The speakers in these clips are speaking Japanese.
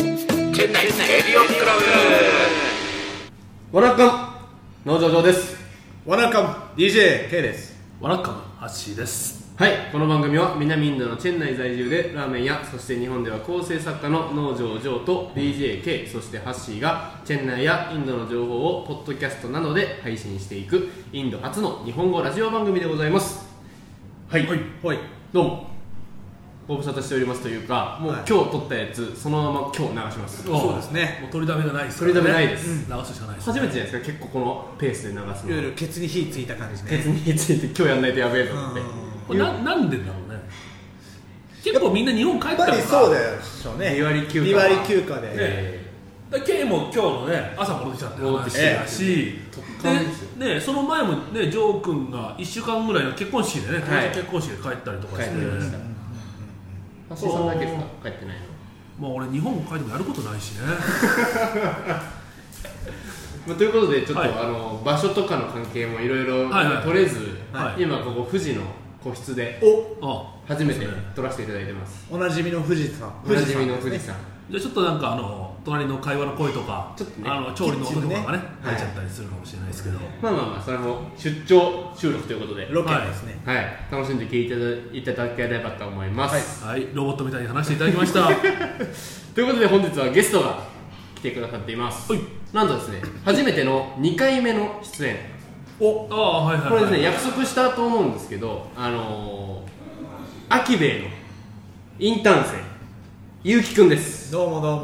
店内エリオンクラわらかん農場上ですわなかむ DJK ですワラカムハッシーですはいこの番組は南インドのチェン内在住でラーメン屋そして日本では構成作家の農場上と DJK そしてハッシーがチェン内やインドの情報をポッドキャストなどで配信していくインド初の日本語ラジオ番組でございますはい、はいどうもご無沙汰しておりますというかもうはい今日撮ったやつそのまま今日流しますそうですねもう取りだめがないです取りだめないですうん流すしかないです初めてじゃないですか結構このペースで流いわすゆのるケツに火ついた感じ別ねについて今日やんないとやべえと思ってこれななんでだろうね結構みんな日本帰っやたっぱからりそうでしょうね二割休暇2割休暇で、えーだ K も今日のね朝戻ってきたって戻っててき話だし感ですよでねその前もねジョー君が1週間ぐらいの結婚式でね、はい当日結婚式で帰ったりとか帰っしててきました。橋井さんだけですか帰ってないの。まあ俺日本帰ってもやることないしねまあ、ということでちょっと、はいあの場所とかの関係もいろいろはいはい取れず、はい今ここ富士の個室でおあ初めそてうですね撮らせていただいてます。おなじみの富士山おなじみの富士山。じゃあちょっとなんかあの隣の会話の声とかちょっとねあの調理の音とかがキねッチンね入っちゃったりするかもしれないですけど、まあまあまあそれも出張収録ということで、ロケですね、はい楽しんで聞いていただければと思います。はい、ロボットみたいに話していただき ました。はということで本日はゲストが来てくださっています。い。なんとですね初めての2回目の出演。お、ああはいはい、はい。これですね、約束したと思うんですけど、あのー、アキベイのインターン生、ゆうきくんです。どうもどう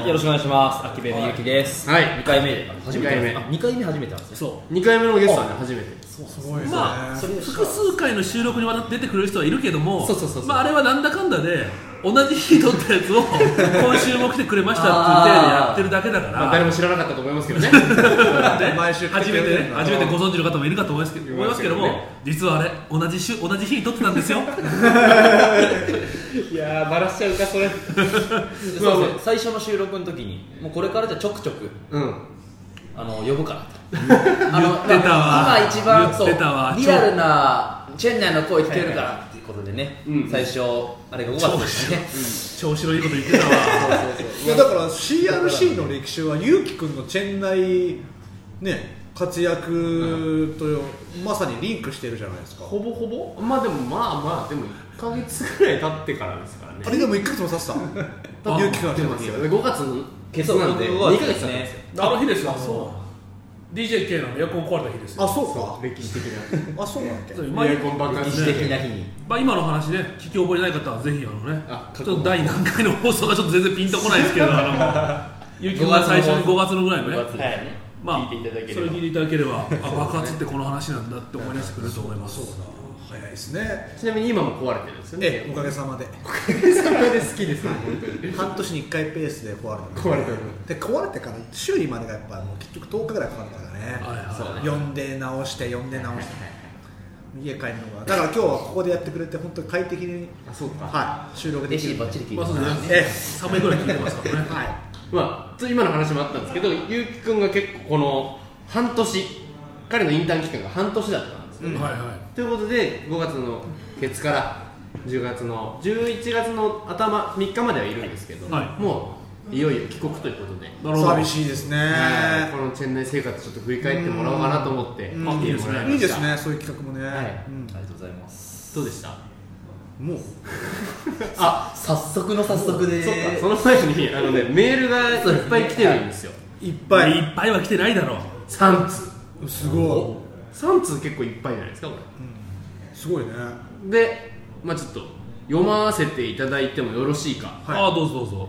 もよろしくお願いします。秋部のゆうきです。はい2回目で。初めて二回目あ二回目初めてなんですね。そ2回目のゲストはね、初めて。そうすごいですね、まあ、それで複数回の収録にわたって出てくれる人はいるけども、そうそうそうそうまああれはなんだかんだで同じ日撮ったやつを今週も来てくれましたっていう体でやってるだけだかまあ、誰ら。も知らなかったと思いますけどね。も毎週来て初くれめてるてね、んだ初めてご存知の方もいるかと思いますけど、い思いまますすけけどどねも、実はあれ、同じ週、同じ日に撮ってたんですよ。いやー、ばらしちゃうか、 それ。そうまあまそう最初の収録の時に、もうこれからじゃあちょくちょくうん。あの呼ぶからと。あの言ってたわ今一番そう言ってたわリアルなチェンナイの声聞けるからっていうことでねうん、最初あれが5月でしたね。調子のいいこと言ってたわ。いやだから CRC の歴史はゆうきくんのチェン内ね活躍と、まさにリンクしてるじゃないですかほぼほぼまあでも、まあまあ、でも1ヶ月ぐらい経ってからですからね。あれでも1ヶ月もさせたあゆうきくん経はってますよ。よ5月のケツなんで、そう僕は2ヶ月経ってますよ。あの日ですよ。そう。DJK のエアコン壊れた日ですあよ。そうそかう、歴史的 な。あそうなんだっけそうエアコン爆歴発史的な日に。まあ、今の話ね、聞き覚えない方はぜひあのねあ、ちょっと第何回の放送がちょっと全然ピンとこないですけど、あの、ゆきくんが最初に5月のぐらいのね、月ですね。まあ、聞いていただければそれ聞いていただければ、あ爆発ってこの話なんだって思い出してくれると思います。早いですねちなみに今も壊れてるんですよね。ええおかげさまで それで好きですね、本当に。 半年に1回ペースで壊れた壊れてるで壊れてから修理までがやっぱもう結局10日ぐらいかかったからね、はいはいそうね呼んで直して呼んで直して家帰るのがだから今日はここでやってくれて本当に快適にあ、そうか。はい収録でレきシるーバッチリ聞いてまあ、そうまですす。えね。3回ぐらい聞いてますからねえ。はいまあ、つ今の話もあったんですけど、ゆうきくんが結構この半年、彼のインターン期間が半年だったんですね。はいはということで、5月のケツから10月の、11月の頭、3日まではいるんですけど、はもういよいよ帰国ということで、い。なるほど。寂しいですねはいこのチェン内生活、ちょっと振り返ってもらおうかなと思って、うん来てもらましたいいです。ねそういう企画もね、はいうんありがとうございます。どうでしたもうあ早速の早速で。そっか、その前にあの、ね、メールがいっぱい来てるんですよ、いっまあぱいいっぱいは来てないだろう。 3通。すご3通結構いっぱいじゃないですかこいすごいねれでまあちょっと読ませていただいてもよろしいかはいああ、どうぞどうぞ。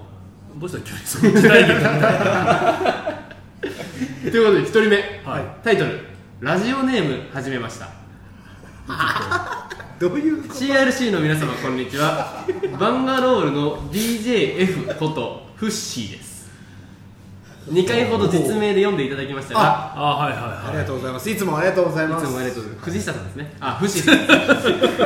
どうした急にその時代劇みたいな。ということで1人目はい。タイトル「ラジオネーム始めましたどういうこと CRC の皆様こんにちはバンガロールの DJF ことフッシーです2回ほど実名で読んでいただきましたがああ、はいはあいりがはい。とうございますいつもありがとうございいますつもありがとうございます藤下さんですねあフッシーさん です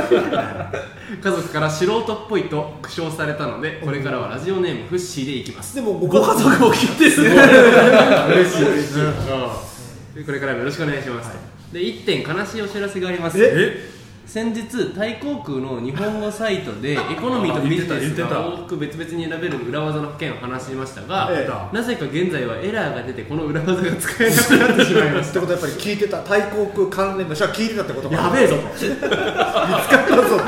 家族から素人っぽいと苦笑されたのでこれからはラジオネームフッシーでいきますでもごご家族を聞いてすごい。嬉しい嬉しい、これからもよろしくお願いします、で1点悲しいお知らせがありますええ先日タイ航空の日本語サイトでエコノミーとビジネスが往復別々に選べる裏技の件を話しましたが、えなぜか現在はエラーが出てこの裏技が使えなくなってしまいまっしてことはやっぱり聞いてた対航空関連の人は聞いてたってことたかべえぞ見つかったぞと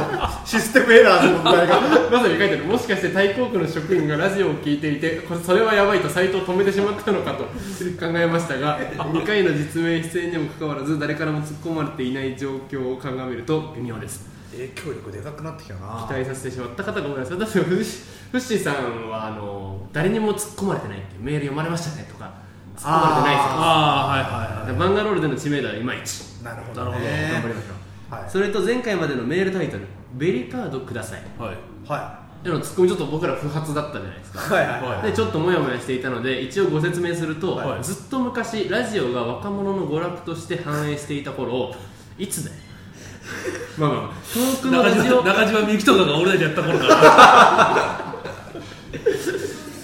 システムエラーの問題がまさに書いてあるもしかしてタイ航空の職員がラジオを聞いていてこれそれはやばいとサイトを止めてしまったのかと 考えましたが2回の実名出演にもかかわらず誰からも突っ込まれていない状況を鑑みると微妙です影響力でかくなってきたな期待させてしまった方がごめんなさいだってフッシフッシーさんはあの誰にも突っ込まれてないっていうメール読まれましたねとか突っ込まれてないですよああはいはいはいだからバンガロールでの知名度はいまいちなるほなる頑ほど張りましょう、はいそれと前回までのメールタイトル「ベリカードください」はいはでのツッコミちょっと僕ら不発だったじゃないですかいはいはいでちょっともやもやしていたので一応ご説明すると、はいずっと昔ラジオが若者の娯楽として反映していた頃いつ だよまあまあまあ遠くのラ中ジオ島中島みゆきとかが俺たちやった頃から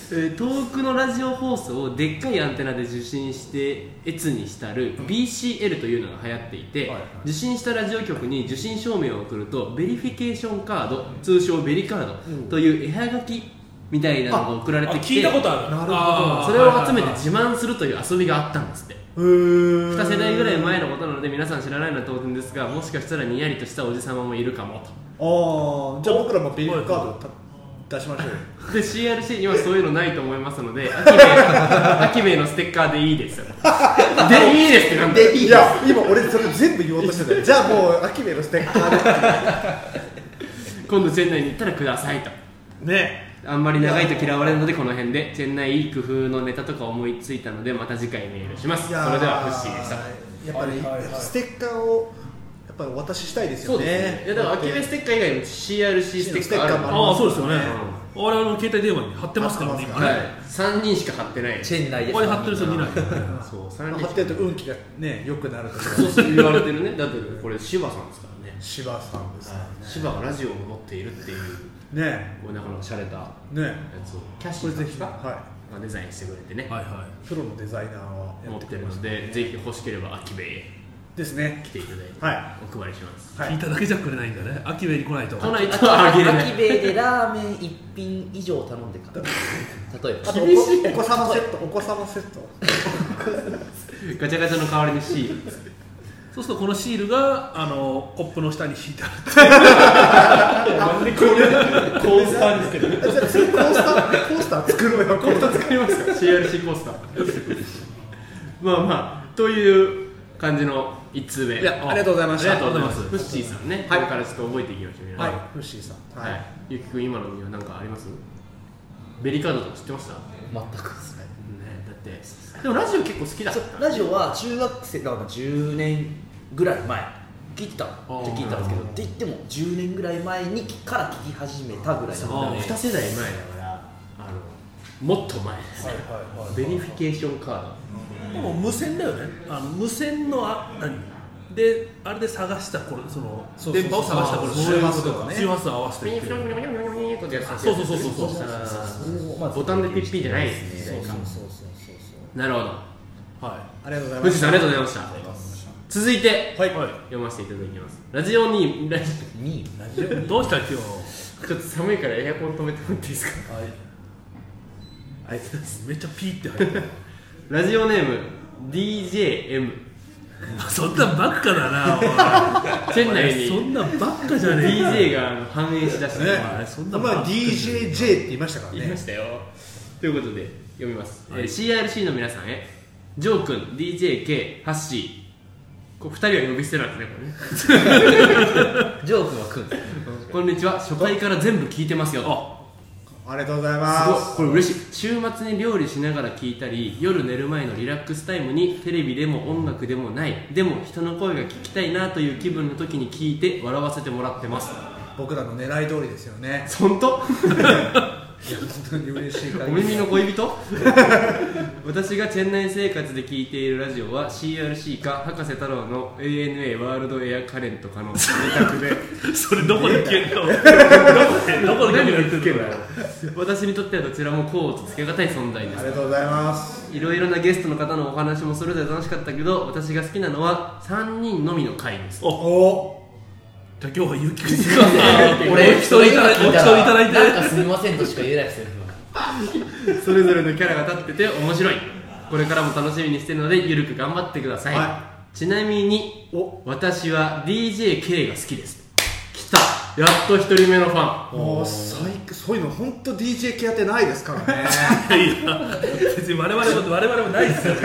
えー遠くのラジオ放送をでっかいアンテナで受信して越にしたる BCL というのが流行っていて、はいはい受信したラジオ局に受信証明を送るとベリフィケーションカード通称ベリカードという絵はがきみたいなのが送られてきて聞いたことあるなるほどあーそれを集めてはいはいはい自慢するという遊びがあったんですって2 2世代ぐらい前のことなので皆さん知らないのは当然ですがもしかしたらにやりとしたおじ様もいるかも ああじゃあ僕らもビールカードた出しましょうよとで CRC にはそういうのないと思いますのでアキベイアキベイのステッカーでいい ですでいいですってなんだよでいいいや今俺それ全部言おうとしてたよ じゃあもうアキベのステッカー今度チェン内に行ったらくださいとでねあんまり長いと嫌われるのでこの辺でチェン内いい工夫のネタとか思いついたのでまた次回メールしますそれではフッシーでしたやっぱり、はいはいはいステッカーをやっぱりお渡ししたいですそようねですねいやだからアキベイステッカー以外にも CRC ステッカーあるステッカーもああそうですよね、我々の携帯電話に貼ってますからね貼って今まね、すはい、3人しか貼ってないチそうェン内でここに貼ってる人見ない3人し貼かってると運気がね良くなるとかそうそう言われてるね。だってこれ柴さんですからね。 芝さんです柴がラジオを持っているっていうねこうなかなか洒落たやえねつをキャッえシこュれぜさんひはがデザインしてくれてね、はいはいいプロのデザイナーはや持っってくてれるましのたでぜひ欲しければ秋部へですね来ていただいて、はお配りします。はい聞いただけじゃくれないんだね秋上に来ないと来ないとはああげれなアいキ。ベイでラーメン一品以上頼んでから例えばあとお厳しい子お子様セットお子様セットガチャガチャの代わりにシール。そうするとこのシールがあのコップの下に引いてあるなんでこれコースターですけど。あじゃあ次コースターコースター作ろうよ コースター作りますか CRC コースター。まあまあという感じの一通目。いやありがとうございましたありがとうございます。ありフがッシーさんね。はい。からちょっと覚えていきましょう。皆さんはいフッシーさんはい、ゆきくん今のには何かありますベリカードとか知ってましたね全くですねだってでもラジオ結構好きだったそうラジオは中学生だから10年ぐらい前聞いてたって聞いたんですけどって言っても10年ぐらい前にから聞き始めたぐらいそうのだね2世代前だからあのもっと前ですね、ベリフィケーションカードもう無線だよねあの無線のあ何であれで探した頃そのそうそうそう電波を探した頃そう周波数とかね周波数を合わせていってそるうそうそうそうそうそうボタンでピッピーじゃないですねそうそうそうそうなるほどはありがとうございま藤井すさんありがとうございました続いて、い、は読ませていただきますラジオにラジ 2位い、どうした今日オちょっと寒いからエアコン止めてもらっていいですかはい めっちゃピーって入るラジオネーム DJM そんなんばっかだな チェンお内いそにんなんばっかじゃねえ DJ が反映しだした、ねお前そんな名のば前っかり DJJ って言いましたから言いまねしたよということで読みます、えー CRC の皆さんへジョー君 DJK ハッシーこう2人は呼び捨てなんですねこれねジョー君はくん こんにちは初回から全部聞いてますよあありがとうございすますごいこれ嬉しい週末に料理しながら聞いたり夜寝る前のリラックスタイムにテレビでも音楽でもないでも人の声が聞きたいなという気分の時に聞いて笑わせてもらってます僕らの狙い通りですよね本当いや本当に嬉しい限おりです耳の恋人 私がチェンナイ生活で聴いているラジオは CRC か博士太郎の ANA ワールドエアカレントかの2択でそれどこで聞けるのどこでどこで何を聞つけけるばのよ私にとってはどちらも功をつけがたい存在であすりがとうございますいろいろなゲストの方のお話もそれぞれ楽しかったけど私が好きなのは3人のみの回ですおじゃあ今日はゆきくんにください俺お一人いただいてお一人いただいてなんかすみませんとしか言えないですよそれぞれのキャラが立ってて面白いこれからも楽しみにしてるのでゆるく頑張ってください、はちなみにお私は DJK が好きです来たやっと一人目のファンもう最高そういうの本当 DJ 系ってないですから ねいや別に我々も我々もないですあより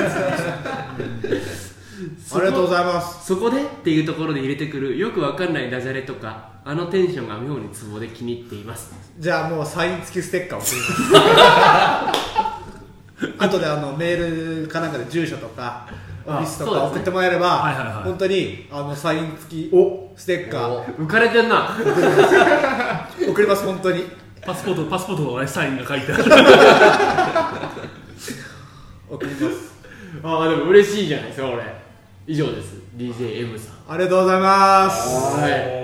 がとうございますそこでっていうところで入れてくるよくわかんないダジャレとかあのテンションが妙にツボで気に入っていますじゃあもうサイン付きステッカーを送り ます。あとであのメールかなんかで住所とかオフィスとかそうですね送ってもらえれば、はいはいはい本当にあのサイン付きおステッカー浮かれてんな 送ります本当にパスポートパスポートのねサインが書いてあ る送ります。ああでも嬉しいじゃないですか俺以上です DJM さんありがとうございます。はい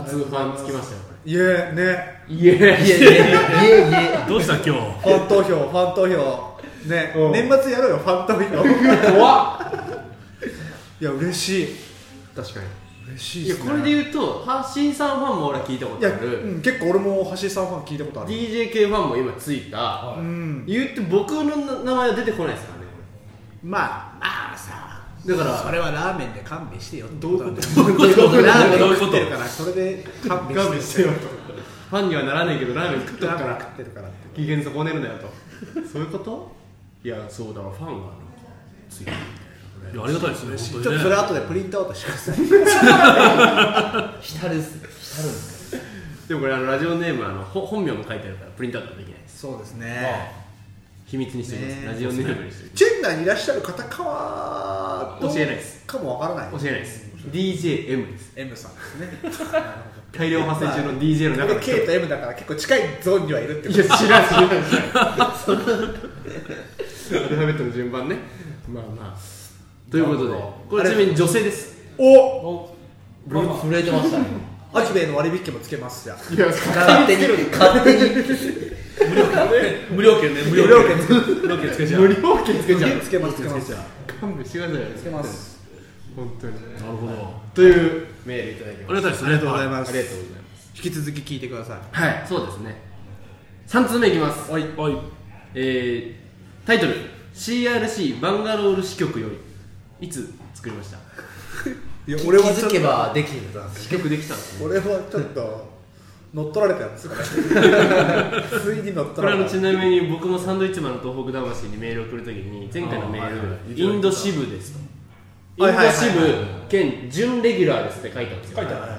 初ファンつきましたよこいえねれいえいえいえいえいえどうした今日ファン投票ファン投票ねうん年末やろうよファン投票怖っいや嬉しい確かに嬉しいいでやすね。これで言うと発信さんファンも俺は聞いたこいとあや、るうん、結構俺も橋井さんファン聞いたことある。 DJK ファンも今ついたうん言って僕の名前は出てこないですからねまあまあさ。だからそれはラーメンで勘弁してよってことなんだよどういうことどういうことラーメンどういうこと食ってるからそれで勘弁勘弁してよとファンにはならねえけどラーメン食っとくラかーメンら食ってるからって機嫌損ねるなよと そういうこといやそうだわファンがなんかついてるいやありがたいですねちょ本っ当とにそれね後でプリントアウトしてください浸るっす浸るんですかでもこれあのラジオネームあのほ本名も書いてあるからプリントアウトはできないですそうですね秘密にしておきます、ねラジオネームにしておきチェンナーにいらっしゃる方かはどう教えないですかもわからなまいす教えないです DJM です M さんですね大量発生中の DJ のな中んのか人 K と M だから結構近いゾーンにはいるってこいとや知らん知らん知らんアルファベットの順番ねまあまあということでなるほどこれちなみに女性ですおブル震えてましたねアキベイの割引券もつけますじゃあいや勝手に勝手に無料券ね無料券無料券つけちゃう無料券つけちゃうつけますつけますじゃあ勘弁してくださいよつけます本当になるほどというメールいただきありましたがたいですねありがとうございますありがとうございます引き続き聞いてくださいはいそうですね3通目いきますはいはいえー、タイトル CRC バンガロール支局よりいつ作りましたいや気俺はちょづっけとばできるんです支局できたんですね俺はちょっと乗っ取られたやつからついに乗っこ取れらあれのたちなみに僕もサンドイッチマンの東北魂にメールを送るときに前回のメあーはいはールいインド支部ですとイはンいはいドはい支部兼準レギュラーですって書いたんですよ書いてある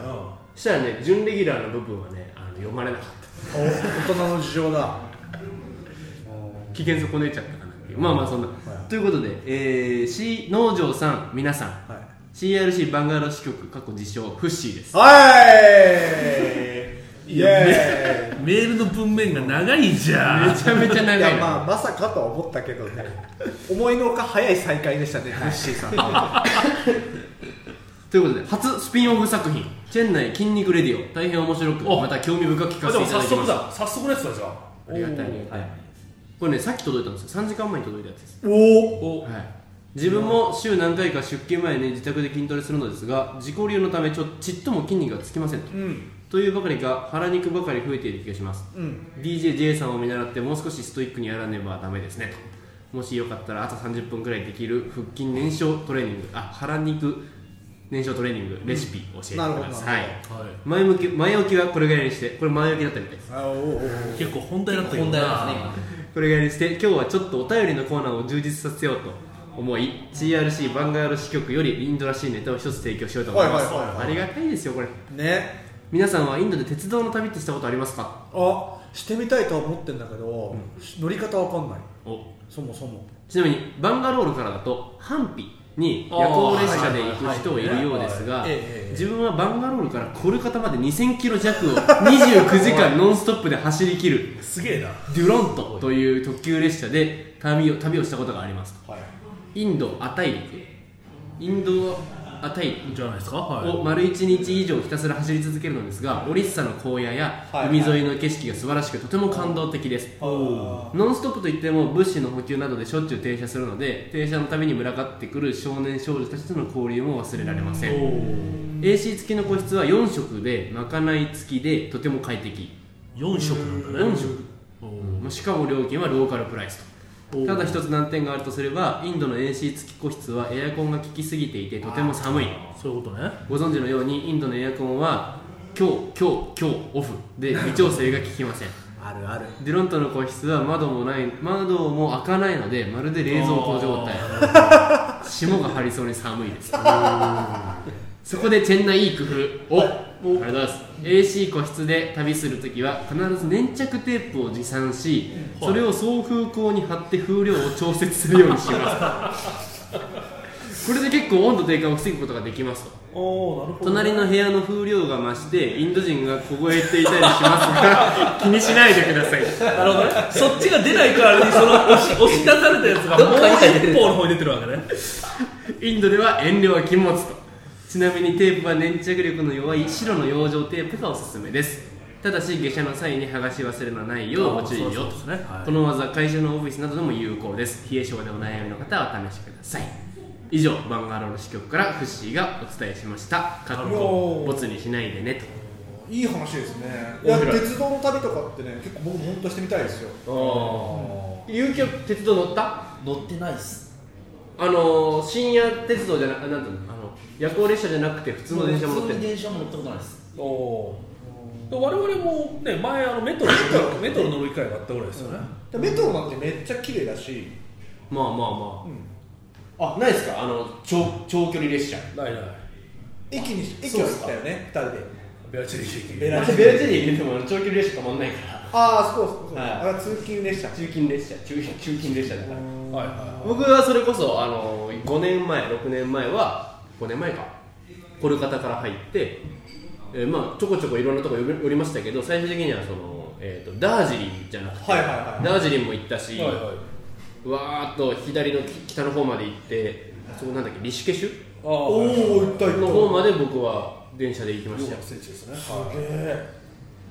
そしたらね準レギュラーの部分はねあの読まれなかっおた大人の事情だ危険損ねちゃったかなっていうまあまあそんな、ということで、えー、C 農場さん皆さん、はい CRC バンガロー支局過去自称フッシーですはいイエメールの文面が長いじゃめんちゃめちーゃイい長いやまあまさかとは思ったけどね思いのほか早い再会でしたねフッシーさんとということで初スピンオフ作品「チェン内筋肉レディオ」大変面白くおまた興味深く聞あかでせてもいただきま早速しただ早速のやつだじゃあありがたいありがたいこれねさっき届いたんですよ3時間前に届いたやつです、おおおはい、自分も週何回か出勤前に自宅で筋トレするのですが自己流のためちょちっとも筋肉がつきませんとうんというばかりか腹肉ばかり増えている気がしますうん DJJ さんを見習ってもう少しストイックにやらねばダメですねともしよかったら朝30分くらいできる腹筋燃焼トレーニングあ腹肉燃焼トレーニングレシピ教えてくなるほどださい、は前向き前置きはこれぐらいにしてこれ前置きだったみたいですあおおおい結構本題だったけど本題なんですねこれぐらいにして今日はちょっとお便りのコーナーを充実させようと思い CRC バンガール支局よりインドらしいネタを一つ提供しようと思います、はいはいはいはいありがたいですよこれね皆さんはインドで鉄道の旅ってしたことありますかあしてみたいとは思ってんだけど、乗り方わかんないおそもそもちなみにバンガロールからだとハンピに夜行列車で行く人いるようですがはいはいはいええええ自分はバンガロールからコルカタまで2 0 0 0キロ弱を29時間ノンストップで走り切るすげえなデュロントという特急列車で旅を旅をしたことがあります、インドアタイ陸インドアタイじゃないですかはいを丸1日以上ひたすら走り続けるのですがオリッサの荒野やはい海沿いの景色が素晴らしくとても感動的ですあノンストップといっても物資の補給などでしょっちゅう停車するので停車のために群がってくる少年少女たちとの交流も忘れられません AC 付きの個室は4食でまかない付きでとても快適4色なんだね4食おまあしかも料金はローカルプライスとおただ一つ難点があるとすればインドの AC 付き個室はエアコンが効きすぎていてとても寒いーそういうことねご存知のようにインドのエアコンは今日今日今日オフで微調整が効きませんる あるデュロントの個室は窓もない窓も開かないのでまるで冷蔵庫状態霜が張りそうに寒いですそこでチェンナイいい工夫をありがとうございます AC 個室で旅するときは必ず粘着テープを持参しそれを送風口に貼って風量を調節するようにしますこれで結構温度低下を防ぐことができますとおおなるほ隣の部屋の風量が増してインド人が凍えていたりしますが気にしないでくださいどなるほどねそっちが出ない代わりにその押し押し出されたやつがどもっうかに入ってる一方の方に出てるわけねインドでは遠慮は禁物とちなみにテープは粘着力の弱い白の養生テープがおすすめですただし下車の際に剥がし忘れのないようご注意をそうそうですねはいこの技会社のオフィスなどでも有効です冷え性でお悩みの方はお試しください以上バンガローの支局からフッシーがお伝えしましたかっこボツにしないでねといい話ですねいや面白い鉄道の旅とかってね結構僕も本当してみたいですよ有機鉄道乗った乗ってないっすあのー深夜鉄道じゃなくなんていうのあの夜行列車じゃなくて普通の電車も乗って普る通に電車も乗ったことないっすおおー我々もね前あのメトロ乗るメトロ乗る機会があったぐらいですよねでメトロなんてめっちゃ綺麗だしまあまあまあ、あないですかあの長長距離列車ないない駅に駅は行ったよね2人でベラチェリーベラ私ベラチェリーでもあの長距離列車止まんないからああそうそうそう、はいあれは通勤列車中近列車中中近列車だからはいは僕はそれこそあの5年前6年前は5年前かコルカタから入って、えーまあ、ちょこちょこいろんなとこ寄り寄りましたけど最終的にはその、えー、とダージリンじゃなくて、はいはいはいダージリンも行ったし、いはいはいわーっと左の北の方まで行ってあそこなんだっけリシュケシュああおお行ったの方行っまで僕は電車で行きましたよ聖地ですねたすげえ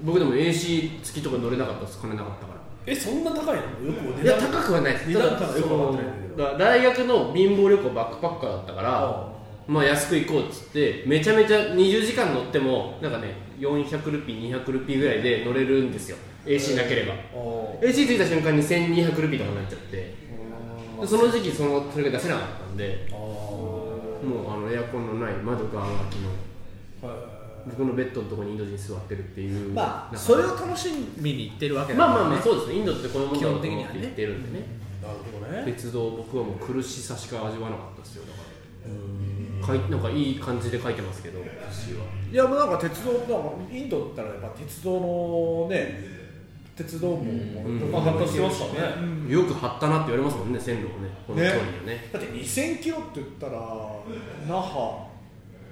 僕でも AC 付きとか乗れなかったです金なかったからえそんな高いのよくい値や段高くはないです値段ただとかよくそのわかってないんだけどだから大学の貧乏旅行バックパッカーだったからまあ安く行こうっつってめちゃめちゃ20時間乗ってもなんかね400ルピー200ルピーぐらいで乗れるんですよ AC なければ、お AC 着いた瞬間に1200ルピーとかになっちゃってでその時期そのそれが出せなかったんでもうあのエアコンのない窓側空きの僕のベッドのところにインド人座ってるっていうまあ中でそれを楽しみに行ってるわけだまあからまあまあそうですねインドってこのものだと思って基本的にはね行ってるんでねなるほどね鉄道僕はもう苦しさしか味わわなかったですよだからかいなんかいい感じで書いてますけど私はいやもうなんか鉄道なんかインドだったらやっぱ鉄道のね鉄道網うんも発達してましたねよく張ったなって言われますもんね線路をねこの距離をねだって2000キロって言ったら那覇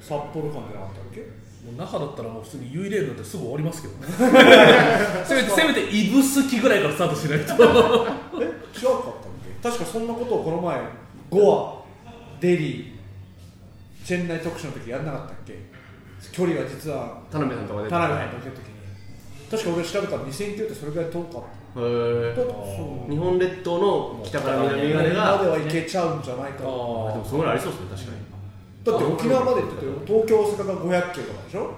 札幌間じゃなかったっけもう那覇だったらもう普通に U レールなんてすぐ終わりますけど ねせめてせめて指宿ぐらいからスタートしないとえ違うかったっけ確かそんなことをこの前ゴアデリーチェンナイ特集の時やんなかったっけ距離は実は田辺さんとか出て田辺さんと受けた時に確か俺調べたら2000キロってそれぐらい遠かっへたえそう日本列島の北から南ままででがは行けちゃうんじゃないかなあでもそのぐらいありそうですねだっ確かにて沖縄までって言って東京大阪が500キロとかでしょ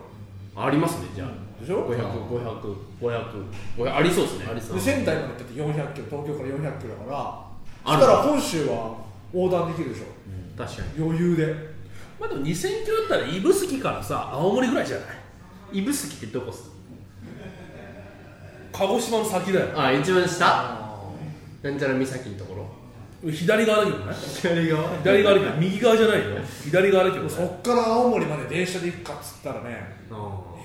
ありますねじゃあでしょ500500ありそうですねありそで仙台までって言って400キロ東京から400キロだからそあるしたら本州は横断できるでしょ確かに余裕で まあでも2000キロだったら指宿からさ青森ぐらいじゃない指宿ってどこっす鹿児島の先だよあ一番下なんちゃら岬のところ左側だけどね左側左側だけど右側じゃないよ左側だけどそねっから青森まで電車で行くかっつったらね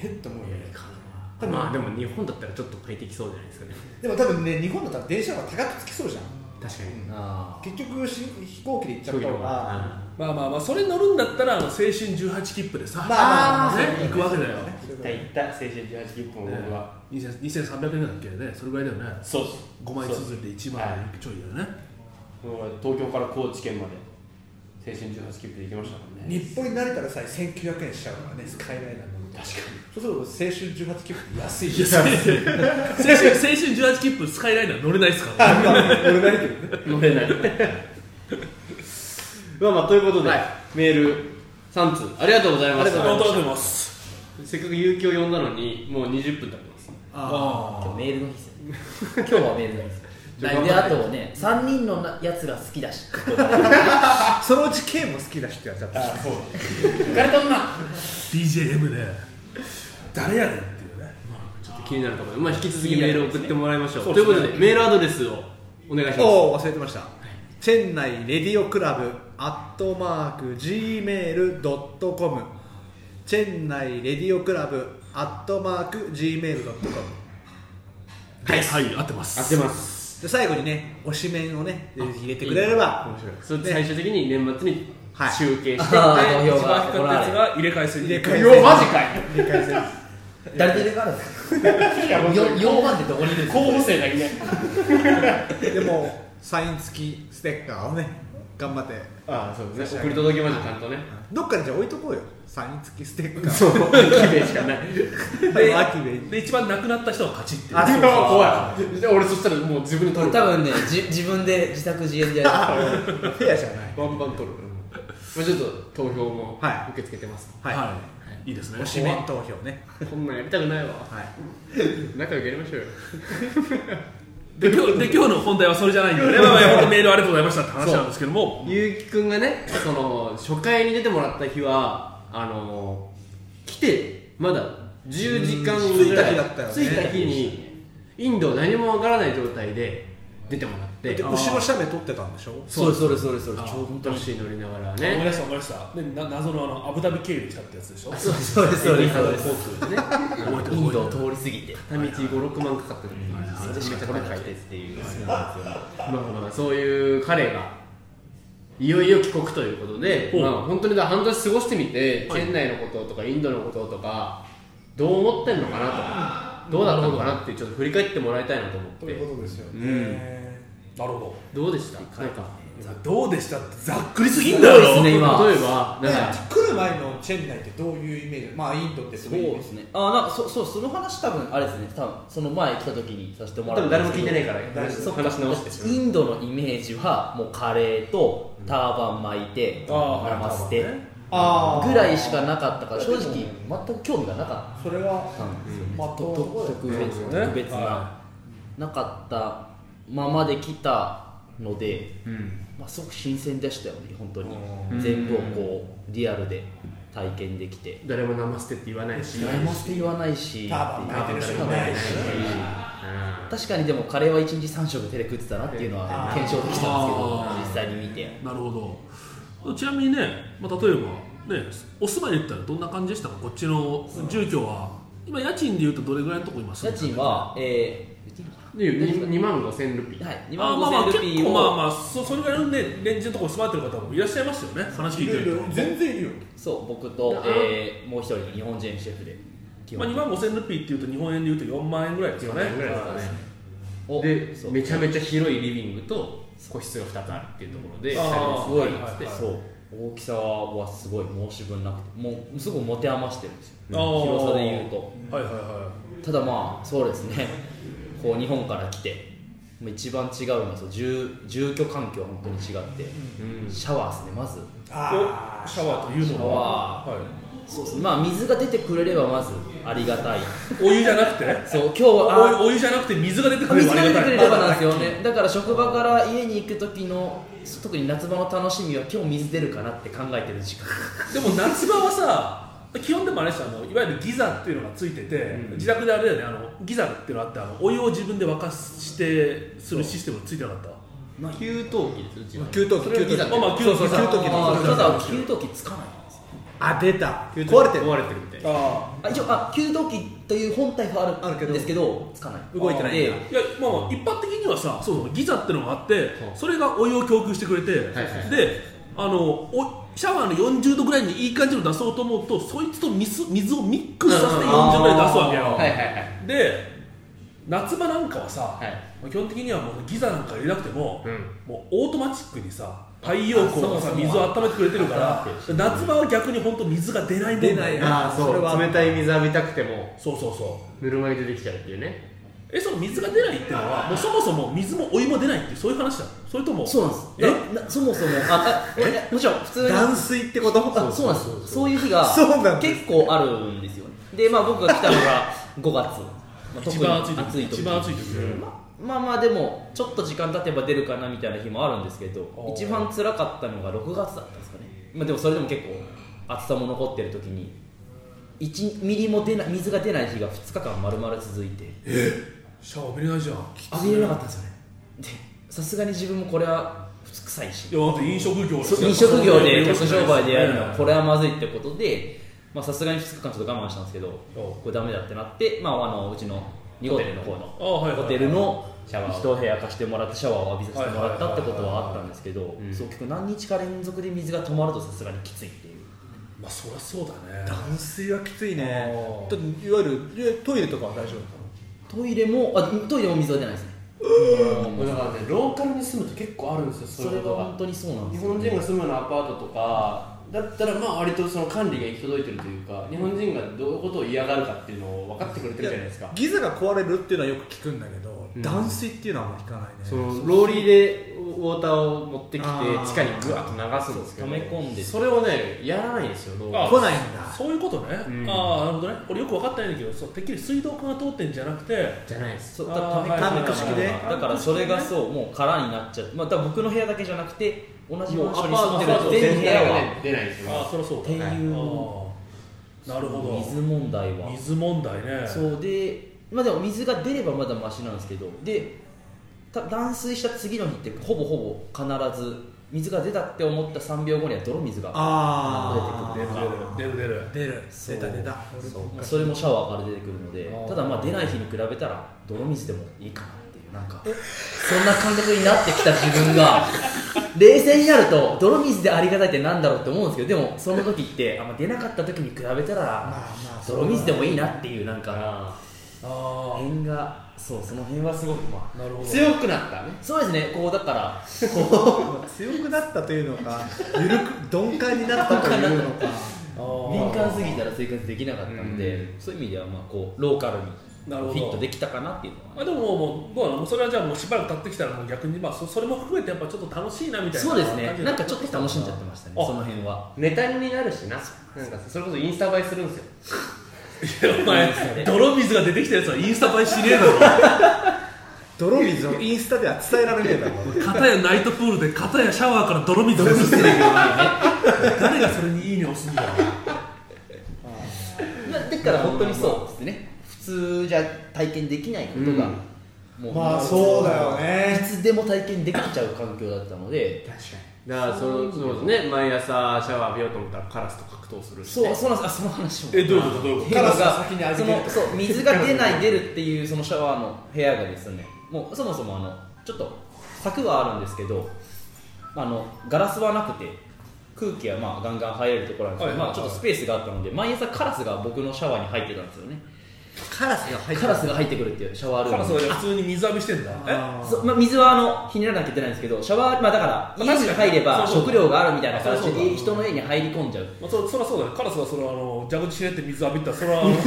えっと思うよねまあでも日本だったらちょっと快適そうじゃないですかねでも多分ね日本だったら電車が高くつきそうじゃん確かにあ結局し飛行機で行っちゃ競っ技たの方が方がまあまあまあそれ乗るんだったらあの青春18切符でさ、まあまあまあねそうだよね行くわけだよ、ね、行った行った青春18切符も僕は2000 2300円だっけねそれぐらいだよねそうっす5枚そう続いて1枚ちょいだよね僕は東京から高知県まで青春18切符で行きましたもんね日本に慣れたらさえ1900円しちゃうからねスカイライナーの確そうすると青春18切符 安い青春18切符スカイライナー乗れないですからあまあ俺ないけどねかに乗れないまあまあということで、はいメール3通ありがとうございまあしりがとうごたざいますせっかく有給を呼んだのにもう20分経ってます今日メールの日ですよ今日はメールの日です来であとね3人のなやつが好きだしそのうち K も好きだしってやつだったし BJM で誰やねんっていうねちょっと気になるところで、まあ、引き続きメールを送ってもらいましょうということでメールアドレスをお願いしますおお忘れてました、チェンナイレディオクラブアットマーク Gmail.com チェンナイレディオクラブアットマーク Gmail.com はい、はい、合ってます合ってますで最後にね推しメンをねぜひ入れてくれればそれで最終的に年末にはい集計して、あー一投票番が光行ったわやつれが入れ替えする入れ替ええ戦うわマジかよ入れ替え戦誰で入れ替わるんですか4番ってどこにいるんですか候補生がいないでもサイン付きステッカーをね頑張ってああそうですね送り届けましょうちゃんとねどっかにじゃあ置いとこうよサイン付きステッカー そう決めしかないで秋部で一番亡くなった人が勝ちっていうあそう怖いじゃあ俺そしたらもう自分で取る多分ねじ自分で自作自演でやるフェアじゃないバンバン取るまあちょっと投票もはい受け付けてます、はい、い、いいですね推しメン投票ねこんなんやりたくないわはい仲良くやりましょうよで今日で今日の本題はそれじゃないんでね、まあまあ本当メールありがとうございましたって話なんですけども、ゆうきくんがねその初回に出てもらった日はあの来てまだ10時間ぐらいうん着いた日だったよね着いた日にインド何もわからない状態で出てもらってで後ろ斜面取ってたんでしょそうですそうですそうですそうですちょうどタクシー乗りながら思いね出した思い出したでな謎のあのアブダビ経由で来たってやつでしょそうですそうですそうですそうですでね覚えてるインドを覚通り過ぎて片道56万かかってるんですよそれしか取れないっていうそうなんですよねまあまあそういう彼がいよいよ帰国ということで、ほうまあ、本当にだ半年過ごしてみて、はいチェンナイのこととかインドのこととかどう思ってんのかなとどうだったのかなっていうちょっと振り返ってもらいたいなと思っというてことですようね、んえてるなるほどうでしたなんかどざどうでしたってざっくりすぎんだすごろいですね今例えばねなんか来る前のチェンナイってどういうイメージまあインドってそすごういイメでージすねあなんかそそうその話多分あれですね多分その前来た時にさせても多ら分った誰も聞いてないらから話そっか話し直してインドのイメージはもうカレーとターバン巻いて、あーナマステぐあーらいしかなかったから正直全く興味がなかそれはったんですよ、まあとと特別そうですよね特別な、はなかったままで来たので、うんまあ、すごく新鮮でしたよね本当にうん全部をこうリアルで体験できて誰もナマステって言わないしナマステ言わないしターバン巻いてる人ターバもン巻ないいてるし人もないしう確かにでもカレーは1日3食手で食ってたなっていうのあはー検証できたんですけどあー実際に見てなるほどちなみにね、まあ、例えばねお住まいで言ったらどんな感じでしたかこっちの住居は今家賃で言うとどれぐらいのとこ今住家んでる賃はえー言っていいのかんで2万5千ルピーなはい2あー万まあまあ5000結ルピー構まあをまあそそれぐらいのねレンジのところに住まれてる方もいらっしゃいますよね話聞いてると全然いるよそう僕とあーえーもう一人の日本人シェフで基まあ、2本万5000ルピーっていうと日本円でいうと4万円ぐらいですよね4万円ぐらいですかねをでそうめちゃめちゃ広いリビングと個室が2つあるっていうところであー二す人ごで住いんでますってはいそう大きさはすごい申し分なくてもうすごい持て余してるんですあよー広さで言うとはいはいはただまあそうですね こう日本から来てもう一番違うのはそう住住居環境は本当に違って、うんシャワーですねまずあいシーャワーというのは、シはい、そうですねまあ水が出てくれればまずありがたいお湯じゃなくてそう今日はおお湯じゃなくて水が出てあくれ水ればあが出りがたてくれいればなんですよねだから職場から家に行く時の特に夏場の楽しみは今日水出るかなって考えてる時間でも夏場はさ基本でもあれでしょあのいわゆるギザっていうのがついてて、自宅であれだよねあのギザっていうのがあってあのお湯を自分で沸かしてするシステムがついてなかった給湯器ですうちは給湯器それをギザでまあまあ給湯器そうそう給湯器のあーただそう給湯器つかないんですよあ出た給湯器壊れてる壊れてるみたいなああ一応あ給湯器という本体はあるあるけどんですけどつかない動いてないんだでいやまあまあ一般的にはさそうそうギザっていうのがあってそうそれがお湯を供給してくれて、はいはいであのおシャワーの40度ぐらいにいい感じの出そうと思うとそいつと水水をミックスさせてうん40度ぐらいに出すわけよ、はいはいはいで夏場なんかはさ、はいまあ基本的にはもうギザなんか入れなくても、うんもうオートマチックにさ太陽光がさあそもそも水を温めてくれてるから夏場は逆に本当水が出ないもんだよ出ないああそそれうは冷たい水浴びたくてもそうそうそうぬるま湯でできちゃうっていうねえその水が出ないっていうのはもうそもそも水もお湯も出ないっていうそういう話なのそれともそうなんですななそもそもああえもちろん普通に断水ってことあそうなんですよ そういう日がそうなんです結構あるんですよねでまあ僕が来たの が5月、まあ、特一に番暑い時暑い時一番暑い時だよねまあまあでもちょっと時間経てば出るかなみたいな日もあるんですけどおー一番辛かったのが6月だったんですかね、まあ、でもそれでも結構暑さも残ってる時に1ミリも出ない水が出ない日が2日間丸々続いてシャワー浴びれないじゃんい浴びれなかったんですよねでさすがに自分もこれは臭いしやだって飲食業そう飲食業で客客商売でやるのはこれはまずいってことでまあさすがに2日間ちょっと我慢したんですけどおうこれダメだってなって、まあ、あのうちの2号店の方のあはいはいはいホテルの一部屋貸してもらってシャワーを浴びさせてもらったってことはあったんですけどいはいそう結構何日か連続で水が止まるとさすがにきついっていうまあそりゃそうだね断水はきついねあーだっていわゆるいやトイレとかは大丈夫トイレもあトイレも水は出ないですねもうだからねローカルに住むと結構あるんですそよそういれうがこと本が当にそうなんで日すよ本人が住むようなアパートとかだったらまあ割とその管理が行き届いてるというか日本人がどういうことを嫌がるかっていうのを分かってくれてるじゃないですかギザが壊れるっていうのはよく聞くんだけど、うん断水っていうのはもう聞かないねそのローリーでウォーターを持ってきてあー地下にぐわっと流すんですけど溜め込んでそれをねやらないんですよローリーあ来ないんだそういうことね、うんああなるほどね俺よく分かってないんだけどそうてっきり水道管が通ってんじゃなくてじゃないですそうだあかーらはいはいはいタンク式でだからそれがそうもう空になっちゃって、まあ、だから僕の部屋だけじゃなくて同じもうマンアショパンに住んでるート全全部部屋体がはね出ないんですよああそりゃそうだねっていうああなるほど水問題は水問題ねそうでまあでも水が出ればまだマシなんですけどでた断水した次の日ってほぼほぼ必ず水が出たって思った3秒後には泥水がああ出る出る出る出出るる出た出たそうまあそれもシャワーから出てくるのであーただまあ出ない日に比べたら泥水でもいいかなっていうなんかそんな感覚になってきた自分が冷静になると泥水でありがたいってなんだろうって思うんですけどでもその時ってあんま出なかった時に比べたらあま泥水でもいいなっていうなんかあ辺がそうその辺はすごくまああなるほど強くなったねそうですね、こうだから、強くなったというのかゆるく鈍感になったというのか敏感すぎたら生活できなかったので、そういう意味では、まあ、こうローカルになるほどフィットできたかなっていうのは、あでももうもうどうなのそれはじゃあもうしばらく経ってきたらもう逆にまあそそれも含めてやっぱちょっと楽しいなみたいなそうですね感じ、になんってかちょっと楽しんじゃってましたね、あその辺は。ネタになるしななんかそれこそインスタ映えするんですよお前泥水が出てきたやつはインスタ映えしねえだろ泥水をインスタでは伝えられねえだろ片やナイトプールで片やシャワーから泥水が出てきてるよね 誰がそれにいいね押すんだよまあだから本当にそうですね、普通じゃ体験できないことが、もまあそうだよねいつでも体験できちゃう環境だったので、確かにだからそのそうですね毎朝シャワー浴びようと思ったらカラスと格闘するし、そね、う、そうなんですあその話も。えどういうことどういうこ部屋がカラスが先に歩いてそるのそう水が出ない出るっていうそのシャワーの部屋がですねもうそもそもあのちょっと柵はあるんですけどあのガラスはなくて空気はまあガンガン入れるところなんですけど、はいはいはいまあ、ちょっとスペースがあったので毎朝カラスが僕のシャワーに入ってたんですよねカラスが入ってカラスが入ってくるっていうシャワーとルカラースムにが普通に水浴びしてんだえあそうまあ、水はあのひねらなきゃいけないんですけどシャワー、まあ、だから確家かにに入ればそうそう食料があるみたいなそう形そうで人の家に入り込んじゃうまあ、そそりゃそうだよ、カラスはそのあの蛇口ひねって水浴びたら、それは、 そうなん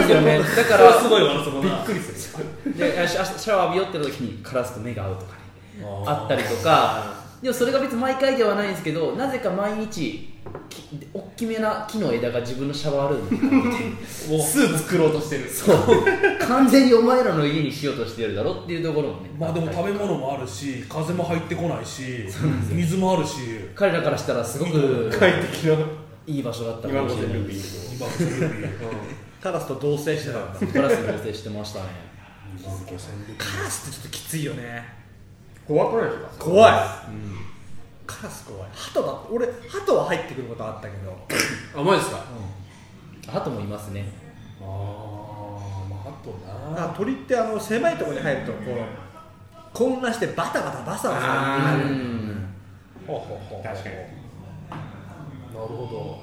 ですよ ねだかそられはすごいわな、そのびなっくりするであシャシャワー浴びよってる時にカラスと目が合うとかねあーあったりとかでもそれが別に毎回ではないんですけどなぜか毎日き大きめな木の枝が自分のシャワールームに入ってもう巣作ろうとしてるそう完全にお前らの家にしようとしてるだろっていうところもねまあでも食べ物もあるし、風も入ってこないし、水もあるし、彼らからしたらすごく快適ないい場所だったか今もごしれでないルビー今、セルビー、カラスと同棲してたんだカラス同棲してましたね今のセルビーカラスってちょっときついよね怖くないですか怖い、カラス怖いハトだって俺ハトは入ってくることあったけどあマジですかハトもいますねあー、まあ、あとな、あ鳥ってあの狭いところに入るとこう混乱してバタバタバサバサうあなるんほうほうほう確かになるほど、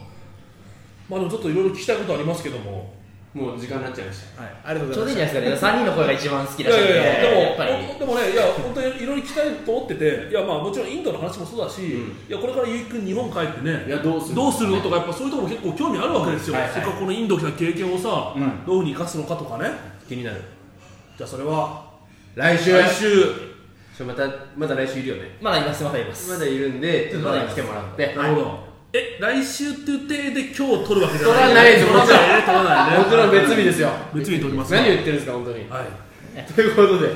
まあでもちょっといろいろ聞きたいことありますけども、もう時間になっちゃいましたはい、ありがとうごちょうざどいいいんまじゃないですかね3人の声が一番好きいだしやいやいや、やっぱりでも、でもね、いや、本当にいろいろ聞きたいと思ってて、いや、まあ、もちろんインドの話もそうだし、うんいや、これからゆうきくん日本帰ってね。いやどうするどうするのとか、やっぱ、そういうところ結構興味あるわけですよ。はいはいせっかくこのインド来た経験をさ、うんどういうふうに生かすのかとかね。気になるじゃあ、それは、来週来週。ちょまたまだ来週いるよねまだいますまだいますまだいるんでちょっとままだいだま来すてもらってなるほど。え、来週っていう体で、今日撮るわけじゃ取ない。らないです取もらちろないね。取らないね。んもちろん別日ですよ別日に撮りますか何言ってるんですか本当にはい。ということで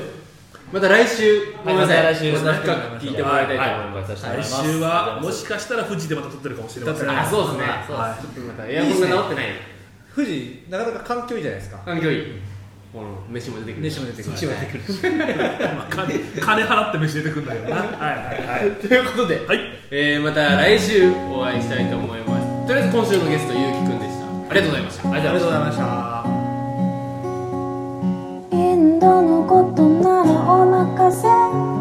また来週ごめんなさいまた来週また深く聞いてもらいたいと思います、は来いはい週は、はいもしかしたら、富士でまた撮ってるかもしれませ ん。あそうですね、はいちょっとまたエアコンが治ってないす富士なかなか環境いいじゃないですか環境いいこの飯も出てくる飯も出てくる飯も出てくるまあ金 金払って飯出てくんだけどな。はいはいはい。ということで、はいえーまた来週お会いしたいと思いますとりあえず今週のゲストゆうきくんでしたありがとうございましたありがとうございましたインドのことならお任せ